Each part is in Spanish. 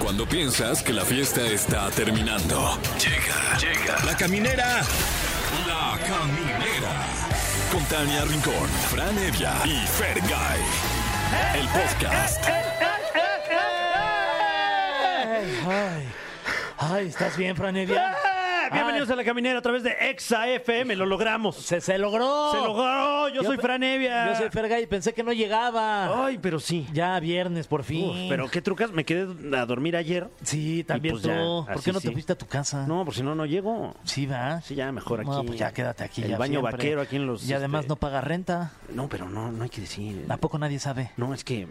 Cuando piensas que la fiesta está terminando. Llega, llega. La caminera. La caminera. Con Tania Rincón, Fran Evia y Fer El podcast. Ay, ay, ¿estás bien, Franevia? ¡Eh! Bienvenidos a la caminera a través de Exa FM, lo logramos. Se, se logró. Se logró, yo, soy pe- Fran Evia. Yo soy Fergay, pensé que no llegaba. Ay, pero sí. Ya viernes, por fin. Oh. Uf, pero qué trucas, me quedé a dormir ayer. Sí, también pues tú. ya, ¿Por así qué no sí. te fuiste a tu casa? No, por si no, no llego. Sí, va. Sí, ya mejor aquí. No, pues ya quédate aquí. El ya baño siempre. vaquero aquí en los. Y además este, no paga renta. No, pero no, no hay que decir. ¿A poco nadie sabe? No, es que.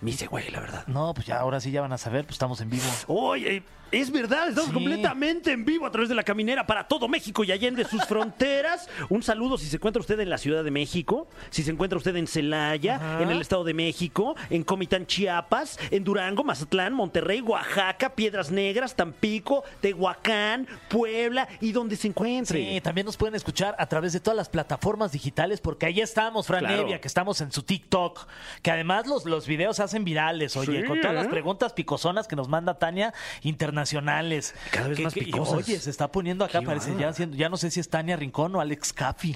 Me hice güey, la verdad. No, pues ya ahora sí ya van a saber, pues estamos en vivo. Oye, es verdad, estamos Sí. completamente en vivo a través de la caminera para todo México y allende sus fronteras. Un saludo si se encuentra usted en la Ciudad de México, si se encuentra usted en Celaya, Ajá. en el Estado de México, en Comitán, Chiapas, en Durango, Mazatlán, Monterrey, Oaxaca, Piedras Negras, Tampico, Tehuacán, Puebla y donde se encuentre. Sí, también nos pueden escuchar a través de todas las plataformas digitales, porque ahí estamos, Fran Claro. Evia, que estamos en su TikTok, que además los, los videos se hacen virales, oye, Sí, con todas las ¿eh? preguntas picosonas que nos manda Tania, internacionales. Cada vez Que- más que- y, picosas. Oye, se está poniendo acá, Qué parece, bárbaro. ya, haciendo- ya no sé si es Tania Rincón o Alex Caffi.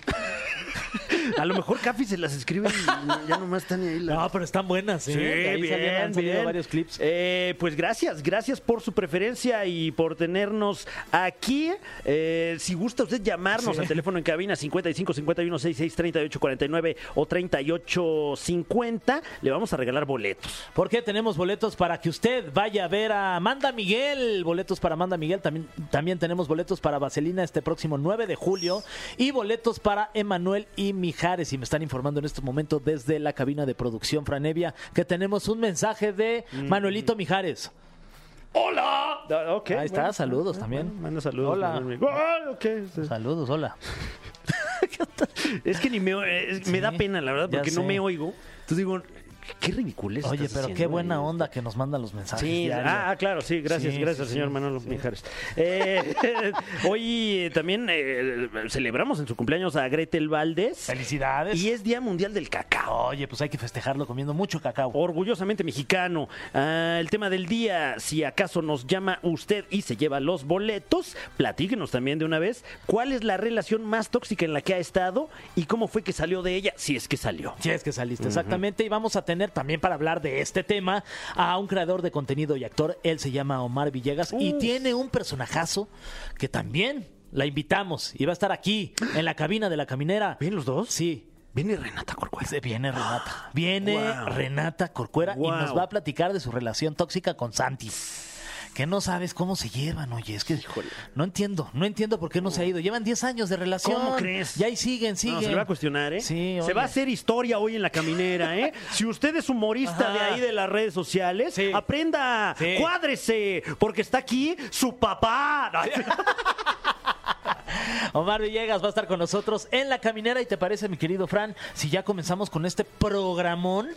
A lo mejor Cafi se las escribe y ya nomás están ahí las... No, pero están buenas, ¿eh? Sí, De ahí bien, salieron- han salido bien. varios clips. Eh, pues gracias, gracias por su preferencia y por tenernos aquí. Eh, si gusta usted llamarnos al teléfono en cabina 55 51 66 38 49 o 38 50, le vamos a regalar boletos. Porque tenemos boletos para que usted vaya a ver a Amanda Miguel. Boletos para Amanda Miguel. También, también tenemos boletos para Vaselina este próximo 9 de julio. Y boletos para Emanuel y Mijares. Y me están informando en este momento desde la cabina de producción Franevia que tenemos un mensaje de Manuelito Mijares. ¡Hola! Ah, ok, Ahí está, bueno. saludos también. Bueno, manda saludos. Hola. Manuel Miguel. Ah, ok. Saludos, hola. Es que ni me, es- me Sí, da pena, la verdad, ya porque no sé. me oigo. Entonces digo, qué ridiculez. Oye, estás pero qué haciendo, buena eh. onda que nos mandan los mensajes. Sí, diario. ah, ah, claro, sí, gracias, Sí, gracias, sí, señor sí, Manolo Mijares. Eh, hoy eh, también eh, celebramos en su cumpleaños a Gretel Valdés Felicidades. y es Día Mundial del Cacao. Oye, pues hay que festejarlo comiendo mucho cacao. Orgullosamente mexicano. Ah, el tema del día, si acaso nos llama usted y se lleva los boletos, platíquenos también de una vez cuál es la relación más tóxica en la que ha estado y cómo fue que salió de ella, si es que salió. Si es que saliste, exactamente. Y vamos a tener también para hablar de este tema a un creador de contenido y actor. Él se llama Omar Villegas y Uf. tiene un personajazo que también la invitamos y va a estar aquí en la cabina de la caminera. ¿Ven los dos? Sí. Viene Renata Corcuera. Se Viene Renata. Viene Wow. Renata Corcuera y nos Wow. va a platicar de su relación tóxica con Santis. Que no sabes cómo se llevan, oye. Es que Híjole. no entiendo, no entiendo por qué no se ha ido. Llevan 10 años de relación. ¿Cómo crees? Y ahí siguen, siguen. No, se le va a cuestionar, ¿eh? Sí, se va a oye. hacer historia hoy en la caminera, ¿eh? si usted es humorista Ajá. de ahí de las redes sociales, Sí. aprenda, Sí. cuádrese, porque está aquí su papá. Omar Villegas va a estar con nosotros en la caminera. ¿Y te parece, mi querido Fran, si ya comenzamos con este programón?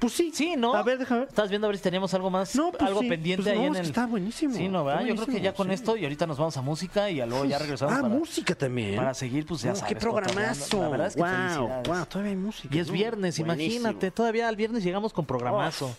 pues sí, Sí, ¿no? A ver, déjame ver. Estás viendo a ver si teníamos algo más, No, pues algo sí. pendiente Pues ahí no, en es que el. está buenísimo, Sí, no, está ¿verdad? Yo creo que buenísimo, ya con sí. esto y ahorita nos vamos a música y ya luego Oh, ya regresamos Ah, para, música también. para seguir, pues ya No, sabes. qué programazo. cotorreando. La verdad es que Guau, felicidades. guau, todavía hay música. Y es ¿no? viernes, Buenísimo. imagínate. Todavía al viernes llegamos con programazo.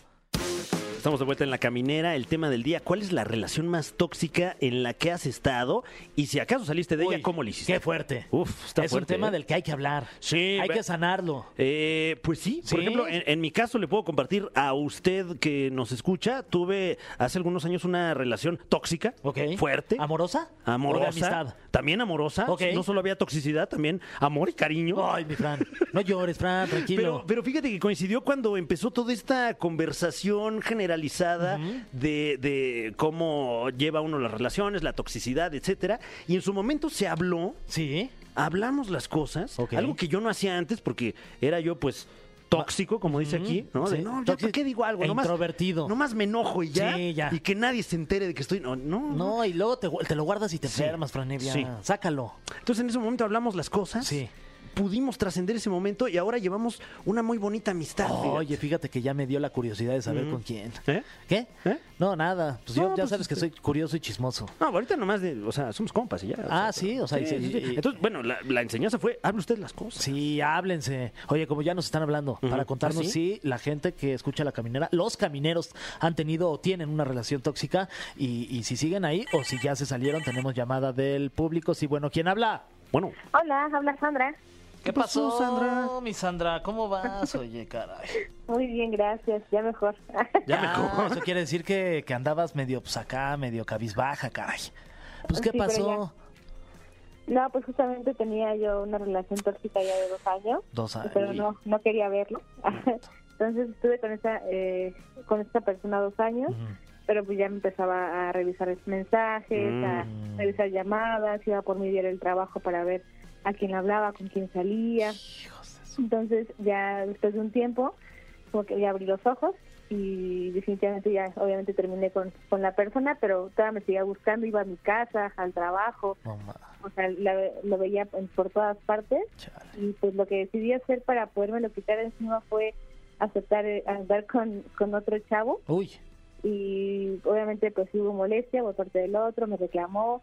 Estamos de vuelta en la caminera. El tema del día: ¿cuál es la relación más tóxica en la que has estado? Y si acaso saliste de Uy, ella, ¿cómo le hiciste? Qué fuerte. Uf, está es fuerte, un tema ¿eh? del que hay que hablar. Sí, Hay ve- que sanarlo. Eh, pues sí, por Sí. ejemplo, en, en mi caso le puedo compartir a usted que nos escucha, tuve hace algunos años una relación tóxica, ¿Ok? fuerte, ¿Amorosa? ¿O de amorosa, amistad? también amorosa, Ok. no solo había toxicidad, también amor y cariño. Ay, mi Fran. No llores, Fran, Pero, tranquilo. pero fíjate que coincidió cuando empezó toda esta conversación generalizada de, de cómo lleva uno las relaciones, la toxicidad, etcétera. Y en su momento se habló Sí. hablamos las cosas, Ok. algo que yo no hacía antes porque era yo pues tóxico, como dice aquí, ¿no? De, sí. no, ya, ¿para qué digo algo? E Nomás- introvertido. Nomás me enojo y ya, Sí, ya. y que nadie se entere de que estoy... No, no. No, y luego te, gu- te lo guardas y te enfermas, Fran Evia. Sí. Sácalo. Entonces en ese momento hablamos las cosas. Sí. pudimos trascender ese momento y ahora llevamos una muy bonita amistad. Oye, fíjate que ya me dio la curiosidad de saber con quién. ¿Eh? ¿Qué? ¿Eh? No, nada. Pues yo No, ya pues, sabes que soy curioso y chismoso. No, ahorita nomás, de, o sea, somos compas y ya. o sea, Ah, sí, o sea, y- sí, sí. y- Entonces, bueno, la, la enseñanza fue, hable usted las cosas. Sí, háblense. Oye, como ya nos están hablando, para contarnos ¿Ah, sí? si la gente que escucha la caminera, los camineros han tenido o tienen una relación tóxica y, y si siguen ahí o si ya se salieron, tenemos llamada del público. Sí, bueno, ¿quién habla? Bueno, Hola, habla Sandra. ¿Qué pasó, Sandra? mi Sandra? ¿Cómo vas? Oye, caray. Muy bien, gracias, ya mejor. ya me Ah, co- Eso quiere decir que, que andabas medio pues, acá, medio cabizbaja, caray. Pues, ¿qué Sí, pero pasó? no, pues justamente tenía yo una relación tóxica ya de dos años, Dos años. pero no, no quería verlo. Entonces estuve con esta, eh, con esta persona dos años, Mm. pero pues ya me empezaba a revisar los mensajes, a Mm. revisar llamadas, iba por mi diario el trabajo para ver a quién hablaba, con quién salía. Hijos de su- Entonces, ya después de un tiempo, como que ya abrí los ojos y definitivamente ya, obviamente terminé con, con la persona, pero todavía me seguía buscando, iba a mi casa, al trabajo, No, ma- o sea, la- lo veía en- por todas partes chale. y pues lo que decidí hacer para poderme lo quitar de encima fue aceptar eh, andar con, con otro chavo Uy, y obviamente pues hubo molestia por parte del otro, me reclamó,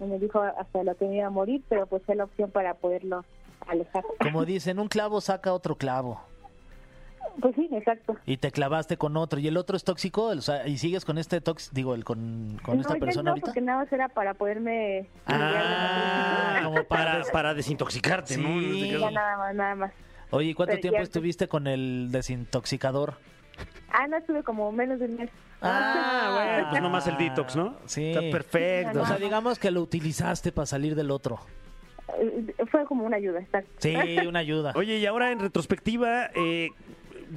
y me dijo hasta lo que me iba a morir, pero pues fue la opción para poderlo alejar. como dicen, un clavo saca otro clavo. Pues sí, exacto. y te clavaste con otro y el otro es tóxico o sea, y sigues con este tóxico digo el con, con No, esta ahorita persona no, ahorita porque nada más era para poderme... ah como para para, para desintoxicarte, ¿no? Sí. No te Ya quedas- nada más, nada más. oye ¿y cuánto Pero tiempo ya- estuviste con el desintoxicador Ah, no, estuve como menos de un mes. Ah, bueno, pues nomás el detox, ¿no? sí Está perfecto. o sea digamos que lo utilizaste para salir del otro Eh, Fue como una ayuda, exacto. sí una ayuda Oye, y ahora en retrospectiva, eh,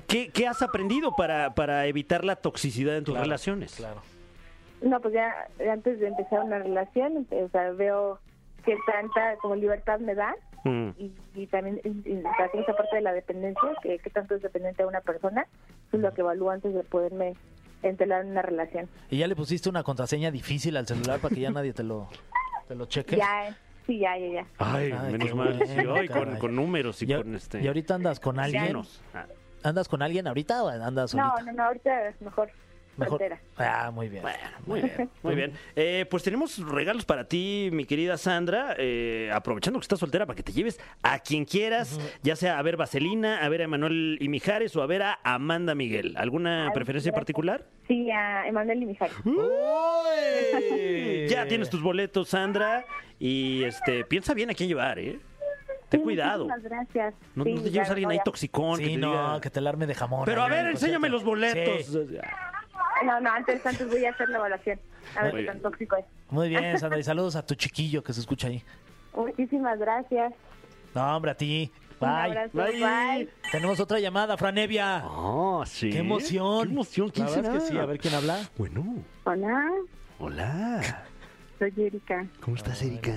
¿qué, qué has aprendido para, para evitar la toxicidad en tus Claro, relaciones? claro No, pues ya antes de empezar una relación, o sea, veo que tanta como libertad me da Mm. y, y también y- y también esa parte de la dependencia, que, que tanto es dependiente de una persona, es lo que evalúo antes de poderme enterar en una relación. y ya le pusiste una contraseña difícil al celular para que ya nadie te lo te lo cheque Ya, sí, ya, ya, ya. Ay, Ay, menos qué mal. bueno, sí, ay, con, caray. con números y, y, con este. y ahorita andas con alguien signos. Ah, andas con alguien ahorita o andas No, solita no, no, ahorita es mejor. mejor soltera. ah muy bien Bueno, muy bien, muy bien. Eh, pues tenemos regalos para ti, mi querida Sandra. eh, aprovechando que estás soltera, para que te lleves a quien quieras, ya sea a ver Vaselina, a ver a Emanuel y Mijares o a ver a Amanda Miguel. ¿Alguna Ay, preferencia en gracias. particular? Sí, a Emanuel y Mijares. ¡Uy! Ya tienes tus boletos, Sandra. Y este, piensa bien a quién llevar, ¿eh? Ten Sí, cuidado. muchísimas gracias. No, Sí, no te ya, lleves a alguien no, ahí ya. toxicón. que Sí, te no, diga, que te alarme de jamón. Pero ahí a en el ver, enséñame los concierto". boletos. Sí. No, no, antes, antes voy a hacer la evaluación. A ver Muy qué tan bien. tóxico es. Muy bien, Sandra, y saludos a tu chiquillo que se escucha ahí. Muchísimas gracias. No, hombre, a ti. Bye. Un abrazo. Bye. Bye. Tenemos otra llamada, Franevia. Ah, sí. ¡Qué emoción! ¡Qué emoción! ¿Quién La verdad será? es que sí, a ver quién habla. Bueno, Hola, hola. soy Erika. ¿Cómo estás, Erika?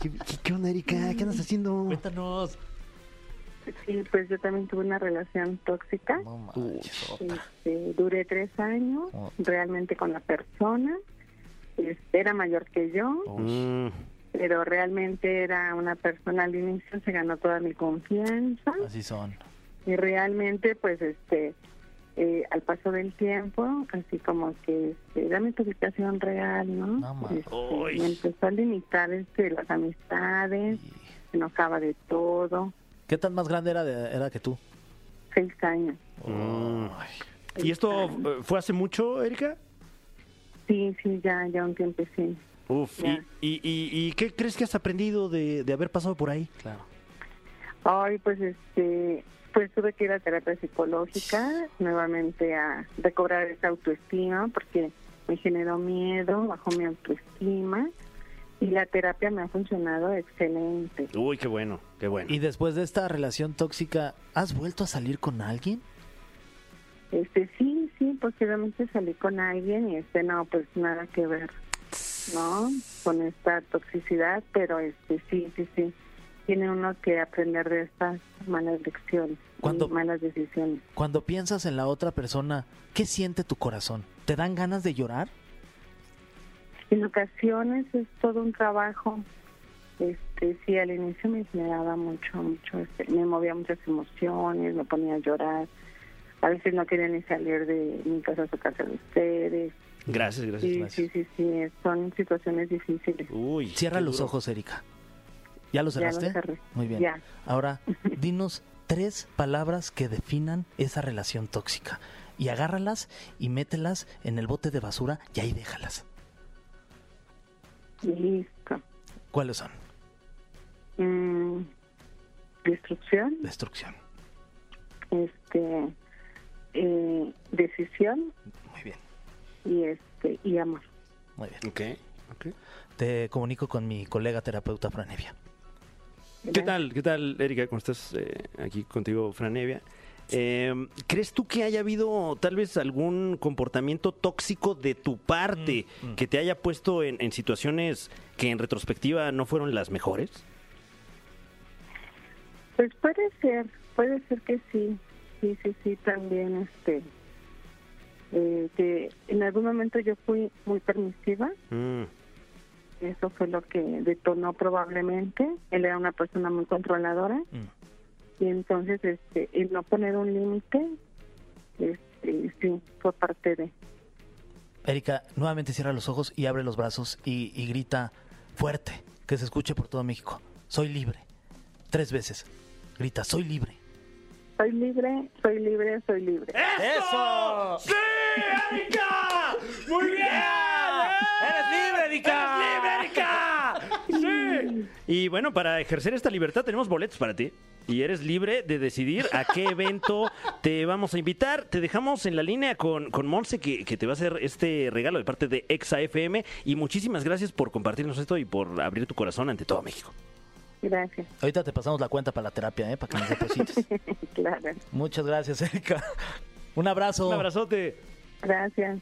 ¿Qué, qué- qué onda, Erika? ¿Qué andas haciendo? Cuéntanos. Sí, pues yo también tuve una relación tóxica. No manches, otra. Este, duré tres años realmente con la persona. Este, Era mayor que yo, Oh. Mm, pero realmente era una persona al inicio, se ganó toda mi confianza. Así son. Y realmente, pues, este, eh, al paso del tiempo, así como que, este, dame tu ubicación real, ¿no? No, ma. Este, Uy. me empezó a limitar, este, las amistades, Y- se enojaba de todo, ¿Qué tan más grande era, de- era que tú? seis años. mm. Ay. ¿Y esto eh, fue hace mucho, Erika? Sí, sí, ya, ya un tiempo sí. Uf, ¿y, Ya. y, y- y qué crees que has aprendido de, de haber pasado por ahí? Claro. Ay, pues, este, pues tuve que ir a terapia psicológica nuevamente a recobrar esa autoestima porque me generó miedo, bajó mi autoestima y la terapia me ha funcionado excelente. Uy, qué bueno, qué bueno. Y después de esta relación tóxica, ¿has vuelto a salir con alguien? Este, sí, sí, posiblemente salí con alguien y este, no, pues nada que ver, ¿no? Con esta toxicidad, pero este, sí, sí, sí. Tiene uno que aprender de estas malas lecciones, y Cuando- malas decisiones. Cuando piensas en la otra persona, ¿qué siente tu corazón? ¿Te dan ganas de llorar? En ocasiones es todo un trabajo, este, este sí al inicio me generaba mucho mucho este, me movía muchas emociones me ponía a llorar a veces no quería ni salir de mi casa a su casa de ustedes Gracias, gracias, sí gracias. sí sí sí son situaciones difíciles Uy, Cierra qué los duro. ojos, Erika. ¿Ya los Ya los cerraste? cerré. Muy bien. Ya. Ahora, dinos tres palabras que definan esa relación tóxica. Y agárralas y mételas en el bote de basura y ahí déjalas. listo ¿Cuáles son? Mm, destrucción Destrucción. este eh, decisión Muy bien, y este y amor muy bien. Ok, ok. Te comunico con mi colega terapeuta Franevia. ¿Qué tal? ¿Qué tal, Erika? ¿Cómo estás? Eh, aquí contigo, Franevia. Eh, ¿Crees tú que haya habido tal vez algún comportamiento tóxico de tu parte que te haya puesto en, en situaciones que en retrospectiva no fueron las mejores? Pues puede ser, puede ser que sí, sí, sí, sí, también, este, eh, que en algún momento yo fui muy permisiva, Mm, eso fue lo que detonó probablemente, él era una persona muy controladora Mm. y entonces, este, el no poner un límite, este, sí, fue parte de, Erika, nuevamente cierra los ojos y abre los brazos y, y grita fuerte, que se escuche por todo México. Soy libre. Tres veces. Grita, soy libre. soy libre, soy libre, soy libre. ¡Eso! ¡Sí, Erika! ¡Muy bien! ¡Eres libre, Erika! ¡Eres libre, Erika! ¡Sí! Y bueno, para ejercer esta libertad tenemos boletos para ti. Y eres libre de decidir a qué evento te vamos a invitar. Te dejamos en la línea con, con Monse, que, que te va a hacer este regalo de parte de ExaFM. Y muchísimas gracias por compartirnos esto y por abrir tu corazón ante todo México. Gracias, Ahorita te pasamos la cuenta para la terapia, ¿eh? Para que nos deposites. claro, Muchas gracias, Erika. Un abrazo. Un abrazote. gracias.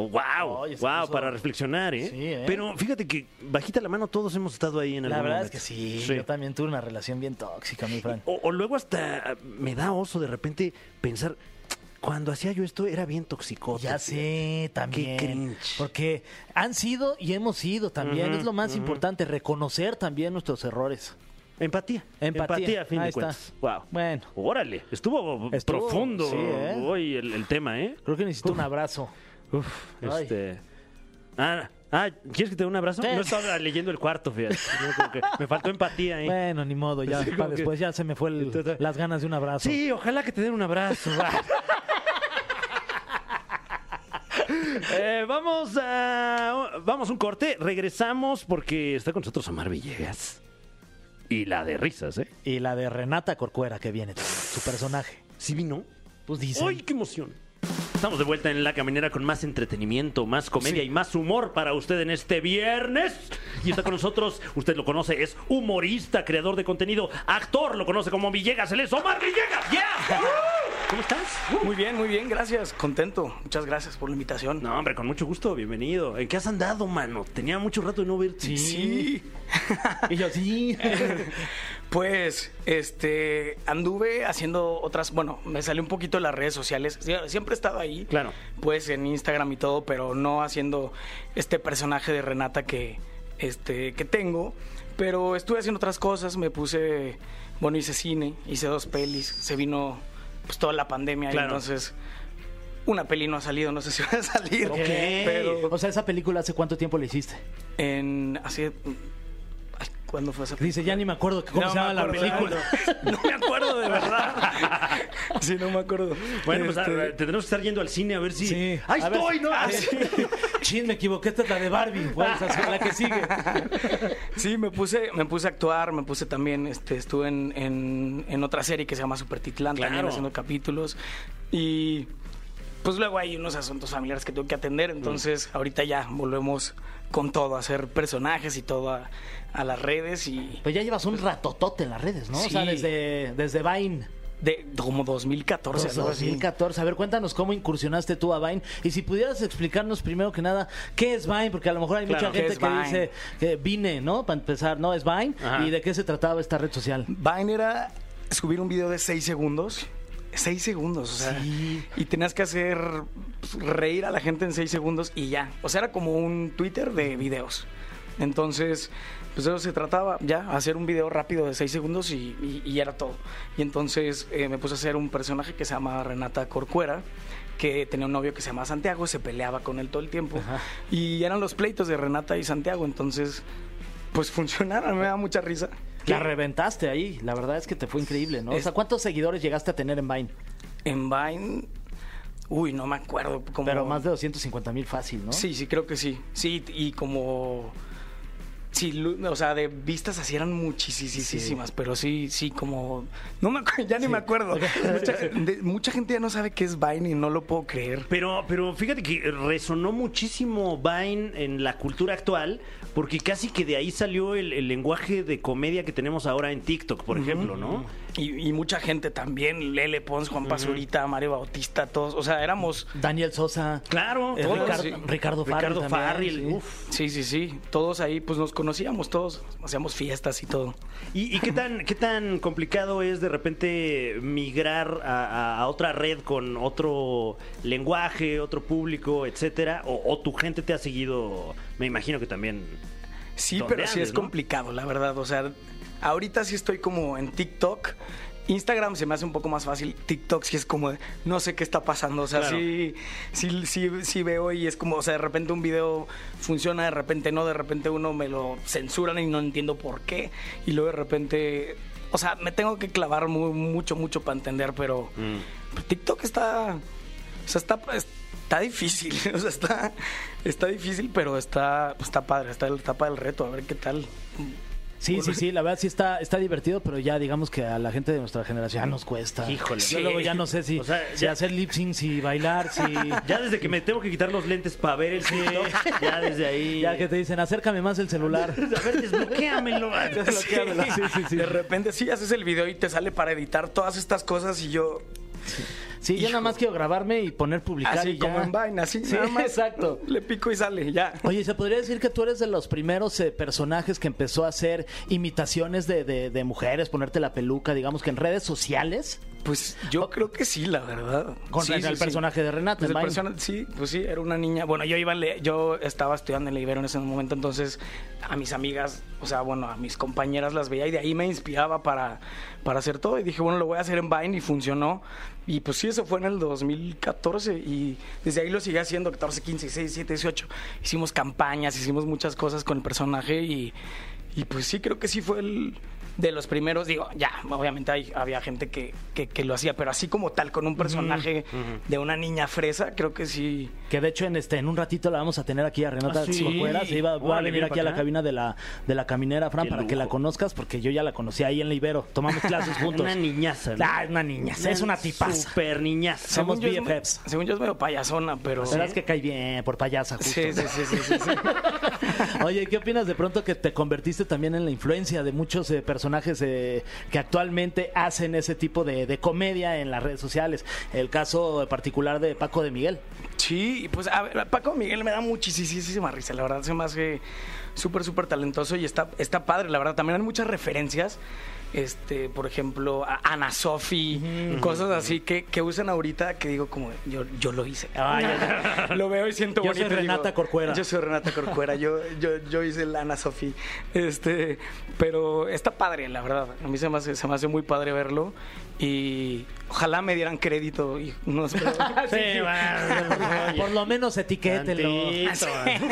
Oh, wow, Oye, se wow, puso- para reflexionar, ¿eh? Sí, ¿eh? Pero fíjate que bajita la mano todos hemos estado ahí en el La verdad es que sí, Yo también tuve una relación bien tóxica, mi Fran. O, o luego hasta me da oso de repente pensar, cuando hacía yo esto era bien toxicote. Ya sé, también. cringe. Porque han sido y hemos sido también. Ujú, es lo más importante, reconocer también nuestros errores. Empatía. Empatía, a fin ahí de está. cuentas. Wow. Bueno. Órale, estuvo, Estuvo, profundo sí, ¿eh? hoy el, el tema, ¿eh? Creo que necesito un abrazo. Uf, Ay. este... Ah, ah, ¿quieres que te dé un abrazo? Sí. No estaba leyendo el cuarto, fíjate. Yo como que me faltó empatía ahí. Bueno, ni modo, ya Sí, como para que- después ya se me fue el- Entonces- las ganas de un abrazo. Sí, ojalá que te den un abrazo. Eh, vamos a vamos a un corte, regresamos porque está con nosotros Omar Villegas. Y la de risas, ¿eh? Y la de Renata Corcuera que viene también, su personaje. ¿Sí vino? Pues dice. ¡Ay, qué emoción! Estamos de vuelta en La Caminera con más entretenimiento, más comedia y más humor para usted en este viernes. Y está con nosotros, usted lo conoce, es humorista, creador de contenido, actor, lo conoce como Villegas, él es Omar Villegas. ¡Uh! ¡Yeah! ¿Cómo estás? Muy bien, muy bien, gracias, contento. Muchas gracias por la invitación. No, hombre, con mucho gusto, bienvenido. ¿En qué has andado, mano? Tenía mucho rato de no verte. Sí. Y yo, sí. Pues, este, anduve haciendo otras, bueno, me salí un poquito de las redes sociales. Sie- Siempre he estado ahí. Claro. Pues en Instagram y todo, pero no haciendo este personaje de Renata que, este, que tengo. Pero estuve haciendo otras cosas, me puse, bueno, hice cine, hice dos pelis, se vino pues toda la pandemia, y Claro. entonces una peli no ha salido, no sé si va a salir, Ok. pero O sea, esa película, ¿hace cuánto tiempo la hiciste? En. Así. ay, ¿Cuándo fue esa Dice, ya ni me acuerdo que cómo No se llama me la acuerdo, película. No, no me acuerdo de verdad. Sí, no me acuerdo. Bueno, pues Este, a- tendremos que estar yendo al cine a ver si. Sí. ¡Ahí A ver estoy! si- ¿no? Ah, sí. Chin, me equivoqué, esta es la de Barbie. ¿Cuál es esa? la que sigue? Sí, me puse, me puse a actuar, me puse también, este, estuve en, en- en otra serie que se llama Supertitlán, también Claro. haciendo capítulos. Y pues luego hay unos asuntos familiares que tengo que atender, entonces Mm. ahorita ya volvemos con todo, a hacer personajes y todo a, a las redes y Pues ya llevas un ratotote en las redes, ¿no? O sea, Sí. desde, desde Vine. de como 2014. algo así. 2014. A ver, cuéntanos cómo incursionaste tú a Vine. Y si pudieras explicarnos primero que nada, ¿qué es Vine? Porque a lo mejor hay Claro, mucha ¿qué gente es que Vine? dice que Vine, ¿no? Para empezar, ¿no? Es Vine. Ajá. ¿Y de qué se trataba esta red social? Vine era subir un video de 6 segundos. 6 segundos, o sea. Sí. Y tenías que hacer pues, reír a la gente en 6 segundos y ya. O sea, era como un Twitter de videos. Entonces, pues de eso se trataba, ya, hacer un video rápido de 6 segundos y, y- y era todo. Y entonces eh, me puse a hacer un personaje que se llama Renata Corcuera, que tenía un novio que se llamaba Santiago, se peleaba con él todo el tiempo. Y eran los pleitos de Renata y Santiago, entonces, pues funcionaron, me da mucha risa. La reventaste ahí, la verdad es que te fue increíble, ¿no? O Es- sea, ¿cuántos seguidores llegaste a tener en Vine? En Vine, uy, no me acuerdo. Como... Pero más de 250 mil fácil, ¿no? Sí, sí, creo que sí. Sí, y como... Sí, lu- o sea, de vistas así eran muchísimas, pero sí, sí, como... No me acuerdo, ya ni me acuerdo. Mucha, de- mucha gente ya no sabe qué es Vine y no lo puedo creer. Pero, pero fíjate que resonó muchísimo Vine en la cultura actual, porque casi que de ahí salió el, el lenguaje de comedia que tenemos ahora en TikTok, por ejemplo, ¿no? Y, y mucha gente también, Lele Pons, Juan Pazurita, Mario Bautista, todos, o sea, éramos... Daniel Sosa. Claro, Eh, todos, Ricardo, sí. Ricardo Farrell. Ricardo también, Farrell, sí. uf. Sí, sí, sí, todos ahí pues nos conocíamos, todos, hacíamos fiestas y todo. ¿Y, y qué, tan, qué tan complicado es de repente migrar a, a- a otra red con otro lenguaje, otro público, etcétera? O, o tu gente te ha seguido, me imagino que también. Sí, donde pero sí andes, es ¿no? complicado, la verdad. O sea, ahorita sí estoy como en TikTok. Instagram se me hace un poco más fácil. TikTok sí es como, de, no sé qué está pasando. O sea, Claro. sí, sí, sí, sí veo y es como, o sea, de repente un video funciona, de repente no, de repente uno me lo censuran y no entiendo por qué. Y luego de repente, o sea, me tengo que clavar mu- mucho, mucho para entender, pero Mm. Pues TikTok está, o sea, está, está difícil. O sea, está, está difícil, pero está, pues está padre, está la etapa del reto, a ver qué tal. Sí, sí, sí, la verdad sí está, está divertido, pero ya digamos que a la gente de nuestra generación ya nos cuesta. Híjole. Yo luego ya no sé si, O sea, si ya- hacer lip sync, si bailar, si... Ya desde que me tengo que quitar los lentes para ver el TikTok, ya desde ahí. Ya que te dicen, acércame más el celular. A ver, desbloquéamelo. Sí, sí, sí, sí. De repente sí haces el video y te sale para editar todas estas cosas y yo Sí, yo nada más quiero grabarme y poner publicar así y ya. como en Vine, así Sí, nada más. exacto. Le pico y sale, ya. Oye, ¿se podría decir que tú eres de los primeros eh, personajes que empezó a hacer imitaciones de, de- de mujeres, ponerte la peluca, digamos que en redes sociales? Pues yo creo que sí, la verdad. Con Sí, el sí, sí. personaje de Renata. Pues en el Vine. persona- sí, pues sí, era una niña. Bueno, yo iba a le- yo estaba estudiando en el Ibero en ese momento, entonces a mis amigas, o sea, bueno, a mis compañeras las veía y de ahí me inspiraba para, para hacer todo. Y dije, bueno, lo voy a hacer en Vine y funcionó. Y pues sí, eso fue en el 2014 y desde ahí lo seguí haciendo, 14, 15, 16, 17, 18. Hicimos campañas, hicimos muchas cosas con el personaje y, y pues sí, creo que sí fue el... De los primeros, digo, ya, obviamente hay, había gente que, que, que lo hacía, pero así como tal, con un personaje de una niña fresa, creo que sí. Que de hecho en este en un ratito la vamos a tener aquí a Renata Ah, sí. Corcuera. Se iba, va a Órale, venir mira aquí para a la acá. cabina de la, de la caminera, Fran, Qué para que la lujo. conozcas, porque yo ya la conocí ahí en la Ibero. Tomamos clases juntos. Una niñaza. ¿no? Ah, una niña. Es una tipaza. Super niñaza. Somos yo es me- BFFs. según yo es medio payasona, pero. La verdad es que cae bien, por payasa, justo. Sí, sí, sí, sí, sí, sí. Oye, ¿qué opinas de pronto que te convertiste también en la influencia de muchos eh, personajes eh, que actualmente hacen ese tipo de, de comedia en las redes sociales? El caso particular de Paco de Miguel. Sí, y pues a ver, Paco Miguel me da muchísima risa, la verdad se me hace súper, súper talentoso y está, está padre, la verdad. También hay muchas referencias, este, por ejemplo, a Ana Sofi, cosas así que, que usan ahorita que digo como yo, yo lo hice. lo veo y siento Yo soy bonito. y digo, Renata Corcuera. Yo soy Renata Corcuera, yo, yo, yo hice la Ana Sofi. Este, pero está padre, la verdad. A mí se me hace, se me hace muy padre verlo y ojalá me dieran crédito y no sé, pero- Ah, Ah, por lo menos Ah, etiquétenlo. Tantito.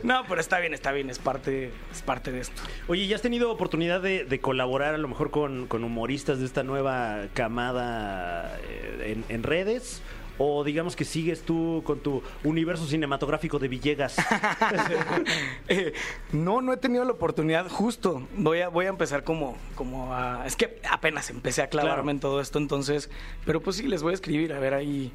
no, pero está bien, está bien, es parte, es parte de esto. Oye, ¿ya has tenido oportunidad de, de colaborar a lo mejor con, con humoristas de esta nueva camada eh, en, en redes? ¿O digamos que sigues tú con tu universo cinematográfico de Villegas? Eh, no, no he tenido la oportunidad, justo. Voy a, voy a empezar como, como a. Es que apenas empecé a clavarme Claro. en todo esto, entonces. Pero pues sí, les voy a escribir, a ver ahí.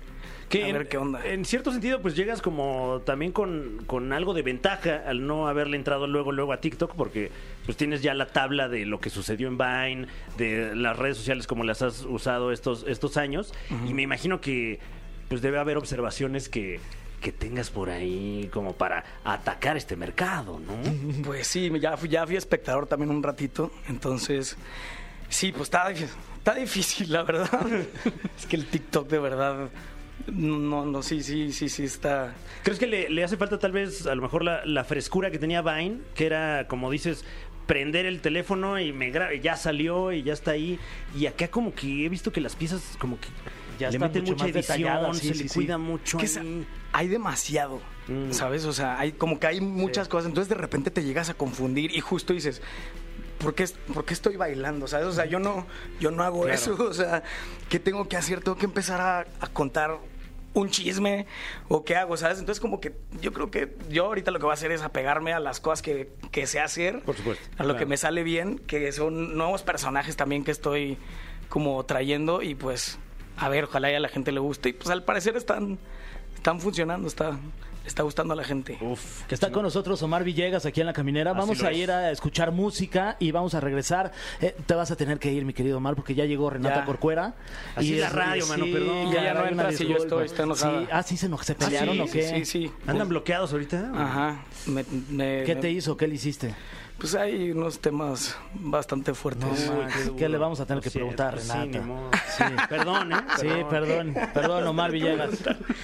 Que a en- ver qué onda. En cierto sentido, pues llegas como también con, con algo de ventaja al no haberle entrado luego, luego a TikTok, porque pues tienes ya la tabla de lo que sucedió en Vine, de las redes sociales como las has usado estos, estos años. Y me imagino que pues debe haber observaciones que, que tengas por ahí como para atacar este mercado, ¿no? Pues sí, ya fui, ya fui espectador también un ratito, entonces sí, pues está, dif- está difícil, la verdad. es que el TikTok de verdad No, no, sí, sí, sí, sí, está. ¿Crees que le, le hace falta tal vez a lo mejor la, la frescura que tenía Vine? Que era, como dices, prender el teléfono y me grave, ya salió y ya está ahí. Y acá como que he visto que las piezas como que Ya le están meten mucho mucha más edición, detalladas, sí, se sí, le sí. cuida mucho. Que sa- ahí. hay demasiado, ¿sabes? O sea, hay como que hay muchas cosas, entonces de repente te llegas a confundir y justo dices, ¿por qué, es- por qué estoy bailando? ¿Sabes? O sea, yo no, yo no hago Claro. eso, o sea, ¿qué tengo que hacer? ¿Tengo que empezar a, a contar un chisme o qué hago, ¿sabes? Entonces como que yo creo que yo ahorita lo que voy a hacer es apegarme a las cosas que, que sé hacer, Por supuesto, a lo claro. que me sale bien, que son nuevos personajes también que estoy como trayendo y pues a ver, ojalá ya a la gente le guste y pues al parecer están, están funcionando, está, está gustando a la gente. Uf. Que está con nosotros Omar Villegas aquí en la caminera. Así Vamos lo a es. ir a escuchar música y vamos a regresar. Eh, te vas a tener que ir, mi querido Omar, porque ya llegó Renata Ya. Corcuera. Así es la radio, mano, perdón. Ya, ya no caray, una entra si yo disculpa. estoy, está enojada. Sí, ah, sí, se, enojó, se pelearon sí, o qué. Sí, sí. ¿Andan bloqueados ahorita? Ajá. Me- me- ¿Qué te me- hizo? ¿Qué le hiciste? Pues hay unos temas bastante fuertes. No, manches. duro. ¿Qué le vamos a tener Lo que siento, preguntar, sí, Renata? ni modo. Sí. Perdón, ¿eh? Sí, perdón, perdón, Omar Villegas.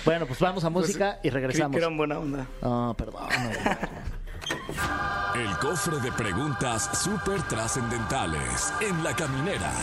Bueno, pues vamos a Pues, música y creí regresamos. Que eran buena onda. No, perdón. Omar. El cofre de preguntas súper trascendentales en la caminera.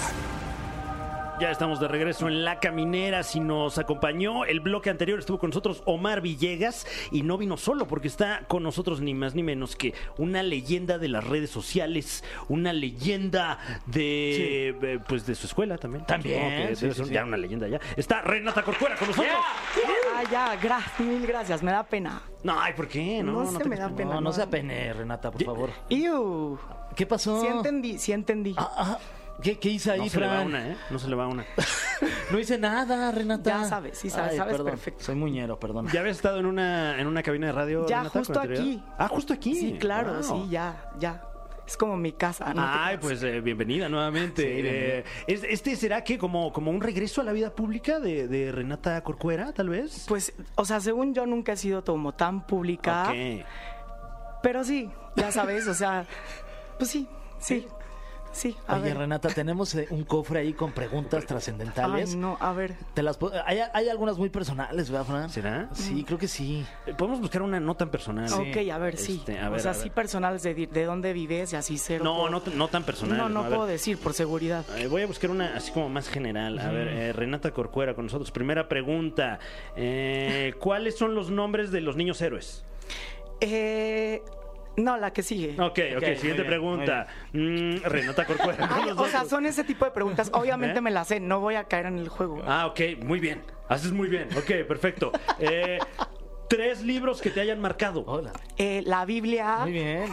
Ya estamos de regreso en La Caminera. Si nos acompañó el bloque anterior, estuvo con nosotros Omar Villegas y no vino solo porque está con nosotros ni más ni menos que una leyenda de las redes sociales, una leyenda de eh, pues de su escuela también. También, Supongo que sí, debe sí, ser sí. ya una leyenda ya. Está Renata Corcuera con nosotros. Ah, ya, gra- mil gracias, me da pena. No, ay, ¿por qué? No, No no se te- me da pena. No, no se apene, Renata, por favor. Iu. ¿Qué pasó? Sí entendí, sí entendí. Ah, ah, ¿qué, qué hice ahí, No se le va Fran? una, ¿eh? No se le va una. No hice nada, Renata. Ya sabes, sí sabes, sabes perdón. perfecto. Soy muñero, perdón. ¿Ya habías estado en una, en una cabina de radio? Ya, Renata, con justo anterioridad? aquí. Ah, justo aquí. Sí, claro, Wow. sí, ya, ya. Es como mi casa, Ah, ¿no? Ay, pues eh, bienvenida nuevamente. Eh, ¿es- ¿Este será que como, como un regreso a la vida pública de, de Renata Corcuera, tal vez? Pues, o sea, según yo nunca he sido como tan pública, Ok. pero sí, ya sabes, o sea, pues sí, sí, sí, a Oye, ver. Renata, tenemos eh, un cofre ahí con preguntas trascendentales. Ay, no, a ver. Te las po- hay, hay algunas muy personales, ¿verdad, Fran? ¿Será? Sí, creo que sí. Eh, Podemos buscar una no tan personal. Ok, a ver, sí. Este, a ver, o sea, a ver. sí personales de, di- de dónde vives y así cero. No, puedo- no, t- no tan personal. No, no A ver. puedo decir, por seguridad. Eh, Voy a buscar una así como más general. A ver, eh, Renata Corcuera con nosotros. Primera pregunta. Eh, ¿Cuáles son los nombres de los niños héroes? Eh, no, la que sigue. Ok, ok, muy siguiente bien, pregunta. Mm, Renata Corcuera. con Ay, Ah, o sea, nosotros. son ese tipo de preguntas. Obviamente ¿Eh? me las sé, no voy a caer en el juego. Ah, ok, muy bien. Haces muy bien. Ok, perfecto. Eh, tres libros que te hayan marcado. Hola. Eh, la Biblia, Muy bien.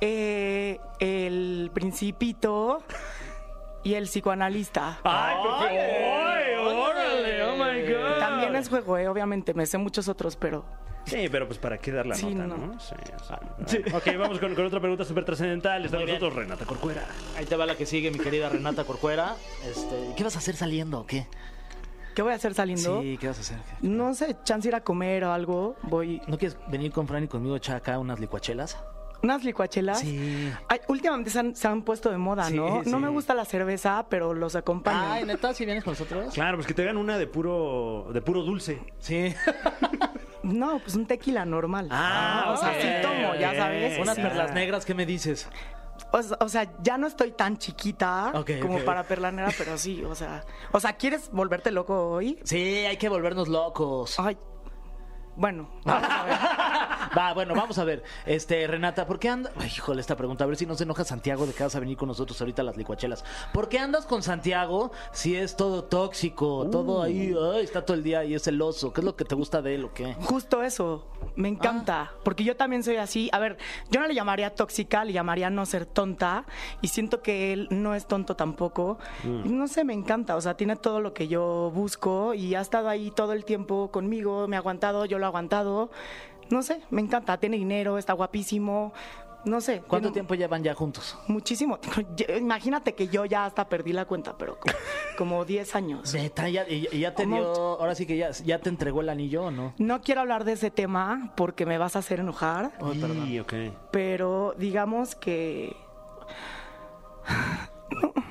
eh, el Principito y el psicoanalista. ¡Ay, perfecto! ¡Ay, órale! ¡Oh, my God! También es juego, eh, obviamente. Me sé muchos otros, pero. Sí, pero pues para qué dar la Sí, nota, ¿no? no. Sí, o sea, Ok, vamos con, con otra pregunta súper trascendental. Está Muy con bien. nosotros Renata Corcuera. Ahí te va la que sigue, mi querida Renata Corcuera. Este, ¿Qué vas a hacer saliendo o qué? ¿Qué voy a hacer saliendo? Sí, ¿qué vas a hacer? No sé, chance ir a comer o algo. Voy. ¿No quieres venir con Fran y conmigo a echar acá unas licuachelas? Unas licuachelas. Sí. Ay, últimamente se han, se han puesto de moda, Sí, ¿no? sí. No me gusta la cerveza, pero los acompaño. Ay, neta, si vienes con nosotros. Claro, pues que te hagan una de puro, de puro dulce. Sí. No, pues un tequila normal. Ah, o sea, ok, sí tomo, ya ok. sabes. Unas Sí. perlas negras, ¿qué me dices? O, sea- o sea, ya no estoy tan chiquita Ok, como ok. para perlanera, pero sí, o sea. O sea, ¿quieres volverte loco hoy? Sí, hay que volvernos locos. Ay. Bueno, Va, bueno, vamos a ver. Este, Renata, ¿por qué andas? Híjole, esta pregunta, a ver si no se enoja Santiago de que vas a venir con nosotros ahorita a las licuachelas. ¿Por qué andas con Santiago si es todo tóxico, todo ahí, ay, está todo el día y es celoso? ¿Qué es lo que te gusta de él o qué? justo eso. Me encanta. Ah. Porque yo también soy así. A ver, yo no le llamaría tóxica, le llamaría no ser tonta. Y siento que él no es tonto tampoco. No sé, me encanta. O sea, tiene todo lo que yo busco y ha estado ahí todo el tiempo conmigo. Me ha aguantado, yo lo he aguantado. No sé, me encanta. Tiene dinero, está guapísimo. No sé. ¿Cuánto tiene- tiempo llevan ya juntos? Muchísimo. Yo- Imagínate que yo ya hasta perdí la cuenta, pero como, como 10 años. Neta, ya, y- y ya te Como- dio, ahora sí que ya, ya te entregó el anillo, ¿o no? No quiero hablar de ese tema porque me vas a hacer enojar, Ay, perdón. Y, ok. pero digamos que...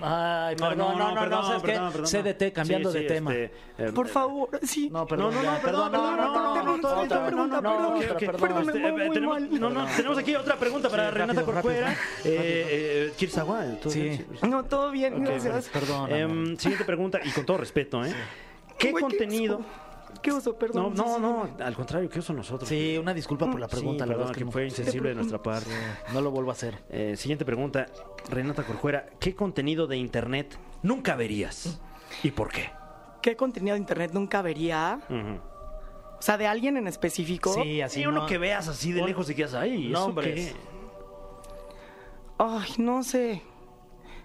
Ay, perdón, no, no, no, perdón, ¿sabes qué? perdón, perdón, no. CDT, cambiando Sí, de sí, tema. este, eh, Por favor, sí. No, perdón, no, no, ya, no, perdón, no, no, no, no, perdón, perdón, otra, perdón, no, no, perdón, otra, ok, ok, perdón. perdón, Este, me voy eh, muy tenemos, mal. No, no, tenemos aquí otra pregunta para Sí, Renata rápido, Corcuera. rápido. Eh, eh, ¿Quieres agua? Entonces, Sí. No, todo bien, gracias. Perdón. Em, siguiente pregunta, y con todo respeto, ¿eh? ¿Qué Güey, contenido? oso. Qué oso, No, perdón. no, sí, sí. no, al contrario, que eso nosotros. Sí, una disculpa por la Sí, pregunta, la perdón, verdad es que que no, fue insensible de nuestra parte. no lo vuelvo a hacer. Eh, siguiente pregunta, Renata Corcuera, ¿qué contenido de internet nunca verías? ¿Y por qué? ¿Qué contenido de internet nunca vería? Ujú. O sea, de alguien en específico. Sí, así Sí, uno no- que veas así de lejos y que haces ahí. No, No, hombre. hombre. Ay, no sé.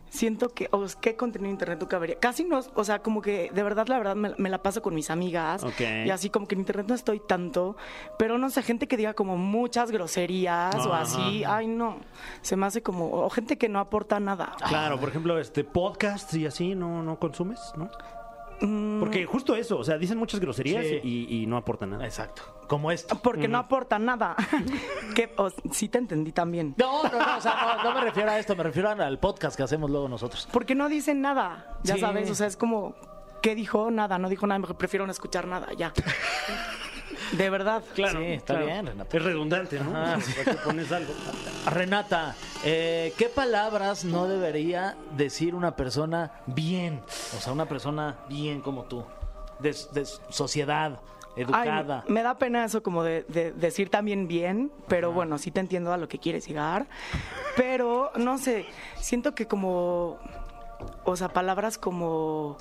Siento que, o sea, ¿qué contenido de internet nunca vería? Casi no, o sea, como que de verdad, la verdad, me, me la paso con mis amigas. Ok. Y así, como que en internet no estoy tanto. Pero no sé, gente que diga como muchas groserías o Ajá. así. Ay, no. Se me hace como. O gente que no aporta nada. Claro, por ejemplo, este podcast y así no, no consumes, ¿no? Porque justo eso, o sea, dicen muchas groserías Sí. y, y no aportan nada. Exacto. Como Ah, esto. Porque no aporta nada. que, o- sí te entendí también. No, no, no, o sea, no, no me refiero a esto, me refiero al podcast que hacemos luego nosotros. Porque no dicen nada, ya Sí. sabes, o sea, es como, ¿qué dijo? Nada, no dijo nada, mejor prefiero no escuchar nada, ya. De verdad. Claro, Sí, está bien, Renata. Es redundante, ¿no? Ajá. ¿Para qué pones algo? Renata, eh, ¿qué palabras no debería decir una persona bien? O sea, una persona bien como tú, de, de sociedad, Ay, educada. me da pena eso como de, de decir también bien, pero bueno, sí te entiendo a lo que quieres llegar. Pero, no sé, siento que como, o sea, palabras como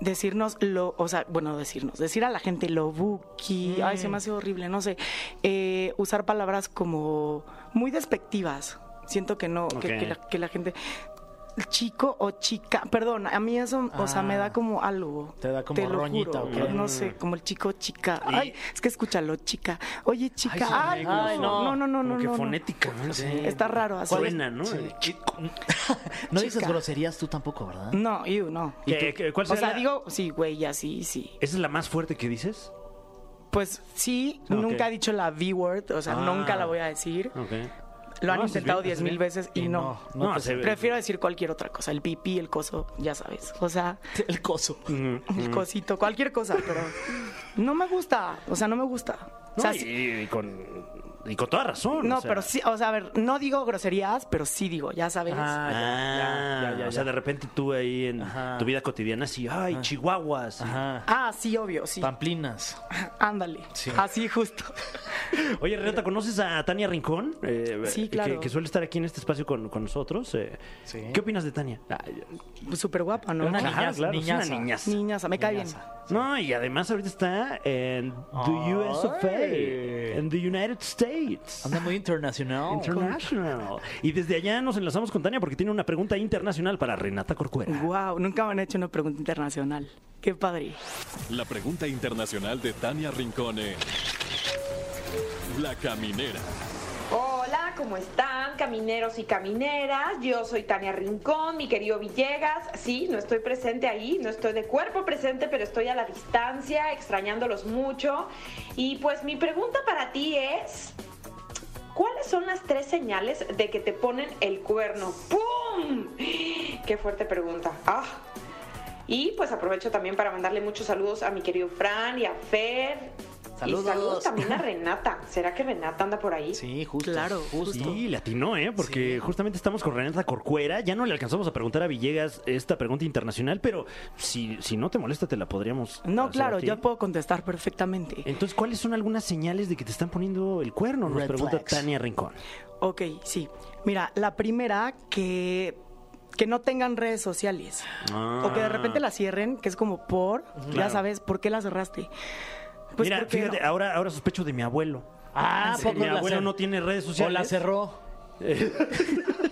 decirnos lo, o sea, bueno, decirnos, decir a la gente lo buki, ay, Mm. se me hace horrible, no sé, Eh, usar palabras como muy despectivas. Siento que no, que- Ok. que, la, que la gente chico o chica, perdón, a mí eso, o sea, me Ah. da como algo. Te da como lo roñita, juro, ¿o qué? No Mm. sé, como el chico o chica. Ay, es que escúchalo, chica. Oye, chica. Ay, Ay, sí, ay, no, no. no, no, no, Como que no, no. fonética, ¿no? Sí. Está raro así. Suena, ¿no? Eh, no dices chica. groserías tú tampoco, ¿verdad? Mm. No, you, no. ¿Qué- qué- ¿Cuál O sea, la- digo, sí, güey, ya sí, sí. ¿Esa es la más fuerte que dices? Pues sí, Ah, ok. nunca he dicho la V-word, o sea, Ah. nunca la voy a decir. Ok. Lo han No, haces intentado bien, haces diez bien. mil veces y, Y no. no, No, te- se ve. Prefiero decir cualquier otra cosa, el pipí, el coso, ya sabes. O sea, El coso. el cosito, cualquier cosa, pero no me gusta, o sea, no me gusta. O No, sea, sí- y, y con, y con toda razón. No, o sea. pero sí, o sea, a ver, no digo groserías, pero sí digo, ya sabes. Ah, Ah, ya, ya, ya, ya, o sea, ya. de repente tú ahí en Ajá. tu vida cotidiana, así, ay, chihuahuas. Ajá. Ah, sí, obvio, sí. Pamplinas. Ándale. Sí. Así justo. Oye, Renata, ¿conoces a Tania Rincón? Eh, Sí, que- claro. Que, suele estar aquí en este espacio con, con nosotros. eh. Sí. ¿Qué opinas de Tania? Ah, Súper guapa, ¿no? Una Ajá, niñaza, claro, es una niñaza. niñaza. Niñaza, me cae bien. Niñaza. No, y además ahorita está en the US of A, Ay. en the United States. Anda muy internacional. International. Y desde allá nos enlazamos con Tania porque tiene una pregunta internacional para Renata Corcuera. Wow, nunca me han hecho una pregunta internacional. Qué padre. La pregunta internacional de Tania Rincone. La caminera. Hola, ¿cómo están, camineros y camineras? Yo soy Tania Rincón, mi querido Villegas. Sí, no estoy presente ahí, no estoy de cuerpo presente, pero estoy a la distancia, extrañándolos mucho. Y pues mi pregunta para ti es, ¿cuáles son las tres señales de que te ponen el cuerno? ¡Pum! Qué fuerte pregunta. Ah, y pues aprovecho también para mandarle muchos saludos a mi querido Fran y a Fer. Saludos. Y saludos también a Renata. ¿Será que Renata anda por ahí? Sí, justo. Claro, justo. Sí, le atinó, ¿eh? Porque justamente estamos con Renata Corcuera. Ya no le alcanzamos a preguntar a Villegas esta pregunta internacional, pero si, si no te molesta, te la podríamos. No, hacer claro, a ti. Eh. yo puedo contestar perfectamente. Entonces, ¿cuáles son algunas señales de que te están poniendo el cuerno? Nos Red pregunta flags. Tania Rincón. Ok, sí. Mira, la primera que que no tengan redes sociales o que de repente la cierren, que es como por, ya Ah. Claro. sabes, ¿por qué la cerraste? Mira, porque fíjate, pues, ah. no. ahora, ahora sospecho de mi abuelo. Ah, Sí, poco mi la abuelo cer- no tiene redes O sociales. la cerró.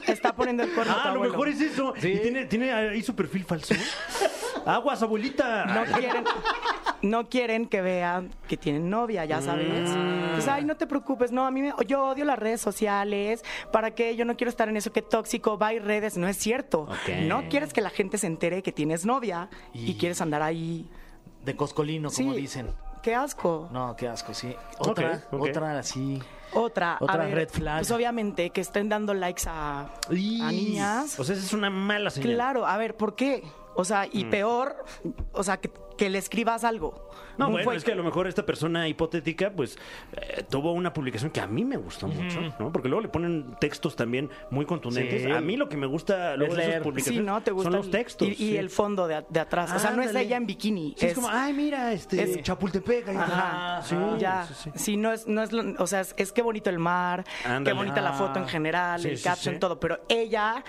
está poniendo el cuerno. Ah, tu a lo abuelo. mejor es eso. Sí. Y tiene, tiene ahí su perfil falso. Aguas, abuelita. no quieren, no quieren que vean que tienen novia, ya sabes. Entonces, ay, no te preocupes, no, a mí me- yo odio las redes sociales, ¿para qué? Yo no quiero estar en eso, qué tóxico, va y redes, no es cierto. Ok. No quieres que la gente se entere que tienes novia y, Y- quieres andar ahí. De coscolino, como Sí. dicen. Qué asco. No, qué asco, sí. Otra, Ok, ok. otra así. Otra, a Otra ver, red flag. Pues obviamente que estén dando likes a, a niñas. O sea, esa es una mala señal. Claro, a ver, ¿por qué? O sea, y peor, o sea, que, que le escribas algo. No, Un bueno, fue- es que a lo mejor esta persona hipotética, pues, eh, tuvo una publicación que a mí me gustó mucho, ¿no? Porque luego le ponen textos también muy contundentes. Sí. A mí lo que me gusta luego Es de esas leer. publicaciones Sí, ¿no? Te gustan son los textos. Y, y sí. el fondo de, a- de atrás. o sea, no es Ándale. ella en bikini. Sí, es, como, ay, mira, este, es- Chapultepec. ahí está". Ajá, Ah, Sí, ya. sí, Sí, sí. no es, no es, lo- o sea, es, es qué bonito el mar, Ándale. Ah, qué bonita la foto en general, Sí, el sí, caption, sí. todo, pero ella,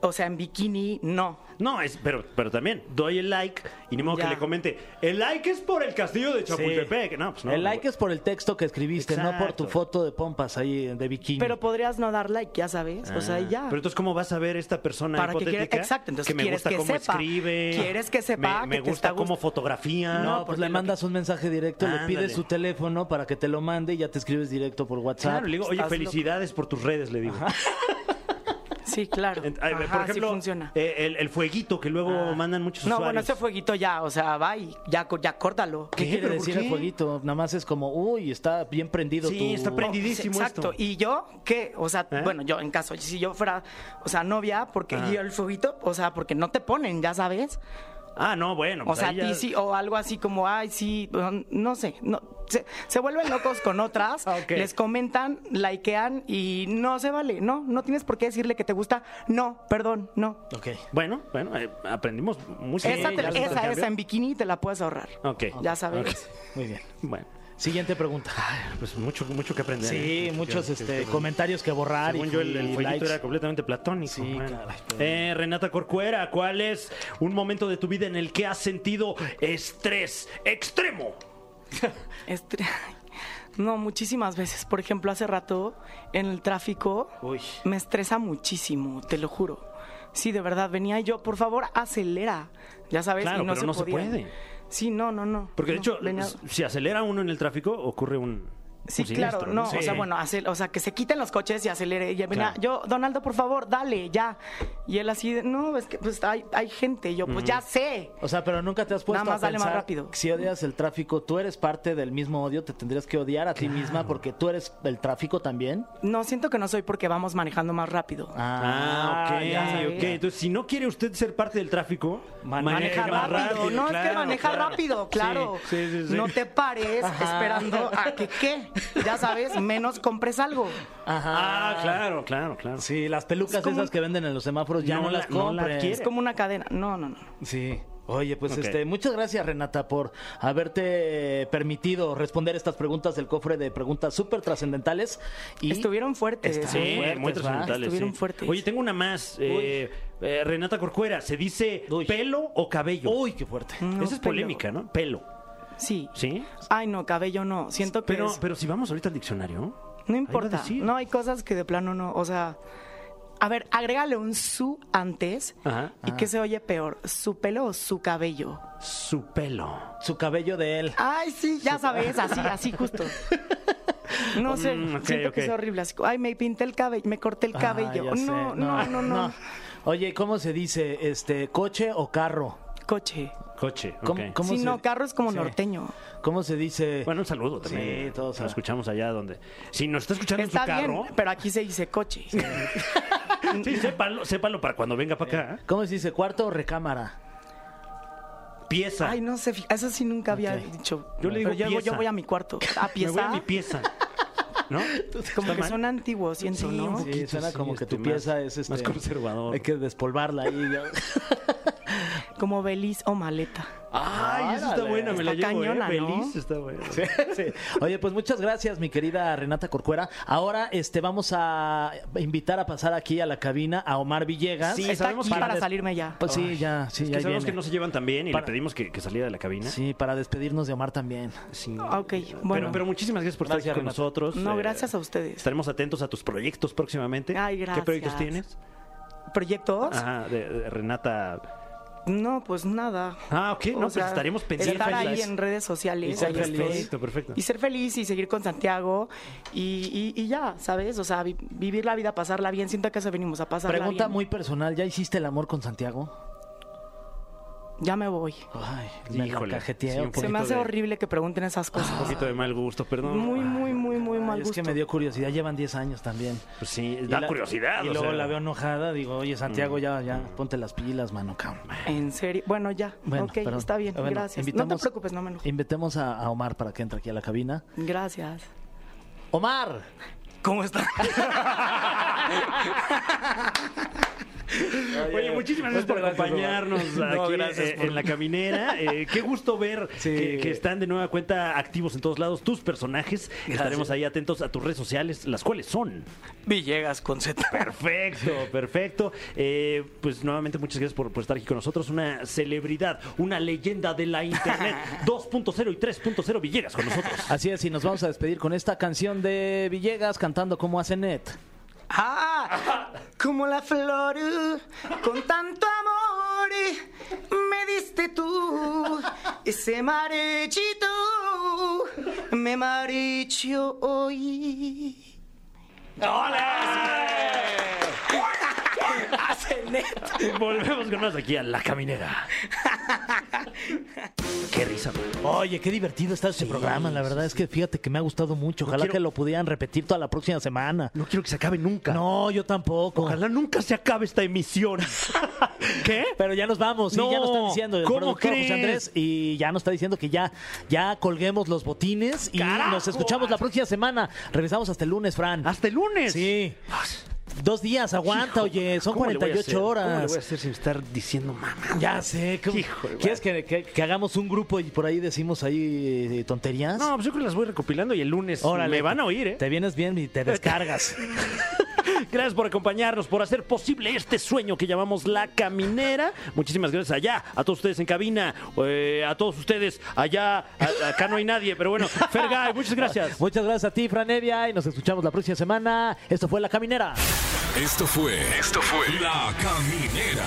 o sea, en bikini, no. No, es, pero, pero también doy el like y ni modo Ya. que le comente, el like es por el castillo de Chapultepec. No, pues no. el like es por el texto que escribiste, no por tu Exacto. pues, foto de pompas ahí de bikini. Pero podrías no dar like, ya sabes. o sea, Ah, y ya. Pero entonces, ¿cómo vas a ver esta persona Para que hipotética? quiera- exacto, entonces me quieres gusta que cómo sepa. escribe. Quieres que sepa Me, me que te gusta está cómo gust- fotografía. no, pues le mandas un mensaje directo, le Ándale. pides su teléfono para que te lo mande y ya te escribes directo por WhatsApp. Claro, le digo, oye, Estás felicidades por tus redes, le digo. Sí, claro. Ent- ay, Ajá, por sí ejemplo, funciona. Ah. eh, el, el fueguito que luego mandan muchos No, bueno, usuarios. ese fueguito ya, o sea, bye, ya, co- ya córtalo. ¿Qué, ¿Qué? quiere ¿Pero por decir qué? el jueguito? Nada más es como, uy, está bien prendido Sí, tu- está prendido. Aprendidísimo Exacto. esto. ¿Y yo qué? O sea, ¿Eh? bueno, yo en caso, si yo fuera, o sea, novia, porque Ajá. yo el fueguito, o sea, porque no te ponen, ya sabes. Ah, no, bueno. O pues sea, a ahí ya- ti sí, o algo así como, ay, sí, no- no sé, no, se, se vuelven locos con otras, Ah, Ok. les comentan, likean y no se vale, no, no tienes por qué decirle que te gusta, no, perdón, no. Ok. Bueno, bueno, eh, aprendimos mucho. esa te- Ya les esa, intercambio. esa en bikini te la puedes ahorrar. Ok. Ya sabes. Muy bien. Bueno, Siguiente pregunta. pues mucho, mucho que aprender. Sí, ¿eh? muchos Que- este, que- comentarios que borrar. Según y, yo, el, el y fueguito likes. era completamente platónico. Sí, caray, pero- Eh, Renata Corcuera, ¿cuál es un momento de tu vida en el que has sentido estrés extremo? Estre- Este, No, muchísimas veces. Por ejemplo, hace rato en el tráfico Uy. me estresa muchísimo, te lo juro. Sí, de verdad, venía yo, por favor, acelera. Ya sabes, Claro, y no, pero se, no se podía. puede. Sí, no, no, no. Porque de No, hecho, pues, venía- si acelera uno en el tráfico, ocurre un. Sí, un siniestro, claro, no, o sea, pues, Sí. bueno, acel- o sea, que se quiten los coches y acelere. Y ya venía, Claro. yo, Donaldo, por favor, dale, ya. Y él así, de, no, es que pues hay, hay gente. Y yo, pues ya sé. O sea, pero nunca te has puesto Nada más a dale más pensar rápido. si odias el tráfico, tú eres parte del mismo odio, te tendrías que odiar a ti misma porque tú eres el tráfico también. No, siento que no soy porque vamos manejando más rápido. Ah, ok, ya sabía. ok. Entonces, si no quiere usted ser parte del tráfico, Man- maneje Maneja más rápido, no es que claro, maneja claro. rápido, claro. Sí, sí, sí, sí. No te pares esperando a que qué, ya sabes, menos compres algo. Ajá. Ah, claro, claro, claro. Sí, las pelucas Es como- esas que venden en los semáforos ya No no, la- las no la compres. quiere. Es como una cadena. No, no, no. Sí. Oye, pues Ok. este, muchas gracias Renata por haberte permitido responder estas preguntas del cofre de preguntas súper trascendentales y Estuvieron fuertes. Está- Sí, Estuvieron fuertes, muy ¿va? trascendentales. Estuvieron sí. fuertes. Oye, tengo una más. Eh, eh, Renata Corcuera, ¿se dice Uy. pelo o cabello? Uy, qué fuerte. No, Esa es pelo. polémica, ¿no? Pelo. Sí. ¿Sí? Ay, no, cabello no. Siento que Pero, es- pero si vamos ahorita al diccionario. no Ahí va a importa. decir. No hay cosas que de plano no, o sea, a ver, agrégale un su antes Ajá. Ah. y que se oye peor, su pelo o su cabello. Su pelo. Su cabello de él. Ay, sí, ya sabes, así, así justo. No sé, Mm, ok, siento ok. que es horrible. Así, ay, me pinté el cabello, me corté el Ah, cabello. ya sé. no, no, no, no, Oye, ¿cómo se dice este coche o carro? Coche. Coche. ¿Cómo, ok. cómo Sí, se- no, carro es como sí. norteño. ¿Cómo se dice? Bueno, un saludo también. Sí, todos Lo saben. escuchamos allá donde. Si nos está escuchando Está en su carro, bien, pero aquí se dice coche. sí, sépalo, sépalo para cuando venga para acá. Eh. ¿Cómo se dice cuarto o recámara? Pieza. Ay, no sé, fi- eso sí nunca había Ok. dicho. Yo le digo pero yo, pieza. yo voy a mi cuarto. ¿A Me pieza? voy a mi pieza. ¿No? Como ¿Está que mal? son antiguos, siento, Sí, ¿no? un poquito, Sí, suena sí, como que este, tu más- pieza es este, más conservador. Hay que despolvarla ahí. ya. Como beliz o maleta. Ay, eso está Órale. buena, me la Está llevo. cañona, ¿eh? ¿no? Feliz, está buena. Sí. Oye, pues muchas gracias, mi querida Renata Corcuera. Ahora este vamos a invitar a pasar aquí a la cabina a Omar Villegas. Sí, Está Ah, eh, sabemos aquí que- para salirme ya. Pues sí, ya, sí, Que ya sabemos viene. que no se llevan tan bien y Para- le pedimos que, que saliera de la cabina. Sí, para despedirnos de Omar también. Sí. Ah, ok, Pero- bueno. Pero, muchísimas gracias por estar Gracias, aquí con Renata. nosotros. No, Eh, gracias a ustedes. Estaremos atentos a tus proyectos próximamente. Ay, ¿Qué proyectos gracias. tienes? ¿Proyectos? Ajá, de, de Renata. No, pues nada. Ah, ok, no, O pues sea, estaremos pendientes. Estar ahí Feliz. en redes sociales. ser ahí feliz. estoy. Perfecto, perfecto. Y ser feliz y seguir con Santiago y, y- y ya, ¿sabes? O sea, vi- vivir la vida, pasarla bien. Siento que a eso venimos a pasarla Pregunta bien. muy personal, ¿ya hiciste el amor con Santiago? ya me voy. Ay, me Híjole, la sí, cajeteo. un Se me hace de- horrible que pregunten esas cosas. Un poquito de mal gusto, perdón. Muy, muy, muy, muy mal Es gusto. que me dio curiosidad, llevan 10 años también. Pues sí, Y da la- curiosidad. Y o luego sea. la veo enojada, digo, oye, Santiago, ya, ya, ponte las pilas, mano, cabrón. En serio. Bueno, ya. Bueno, ok, perdón. está bien. Bueno, Gracias. No invitamos- te preocupes, no me enojo. Invitemos a, a Omar para que entre aquí a la cabina. Gracias. ¡Omar! ¿Cómo está? Oye, muchísimas gracias por Muchas gracias, acompañarnos Omar. No, aquí gracias eh, por- en la caminera. Eh, qué gusto ver Sí. que, que están de nueva cuenta activos en todos lados tus personajes. Estaremos ahí atentos a tus redes sociales, las cuales son. Villegas con Z. Perfecto, perfecto. Eh, pues nuevamente muchas gracias por, por estar aquí con nosotros. Una celebridad, una leyenda de la internet 2.0 y 3.0 Villegas con nosotros. Así es, y nos vamos a despedir con esta canción de Villegas cantando como hace Net. Ah, como la flor, uh, con tanto amor uh, me diste tú, ese marechito me mareció hoy. Volvemos con más aquí a la caminera. Qué risa. man. Oye, qué divertido está este programa, la verdad es que fíjate que me ha gustado mucho. Ojalá quiero- que lo pudieran repetir toda la próxima semana. No quiero que se acabe nunca. No, yo tampoco. Ojalá nunca se acabe esta emisión. ¿Qué? Pero ya nos vamos, sí, No, ya nos están diciendo el ¿cómo productor José crees? Andrés y ya nos está diciendo que ya, ya colguemos los botines y ¡Carajo! nos escuchamos la próxima semana. Regresamos hasta el lunes, Fran. Hasta el lunes. Sí. Dos días, aguanta, oye, son ¿Cómo le voy a 48 hacer? ¿Cómo le horas. voy a hacer sin estar diciendo mamá? Ya sé. ¿cómo- Híjole, ¿Quieres que, que- que hagamos un grupo y por ahí decimos ahí eh, tonterías? No, pues yo creo que las voy recopilando y el lunes Órale. me van a oír, ¿eh? Te vienes bien y te descargas. Gracias por acompañarnos, por hacer posible este sueño que llamamos La Caminera. Muchísimas gracias allá, a todos ustedes en cabina, eh, a todos ustedes allá. A- acá no hay nadie, pero bueno, Fergay, muchas gracias. Muchas gracias a ti, Franevia, y nos escuchamos la próxima semana. Esto fue La Caminera. Esto fue. Esto fue. La Caminera.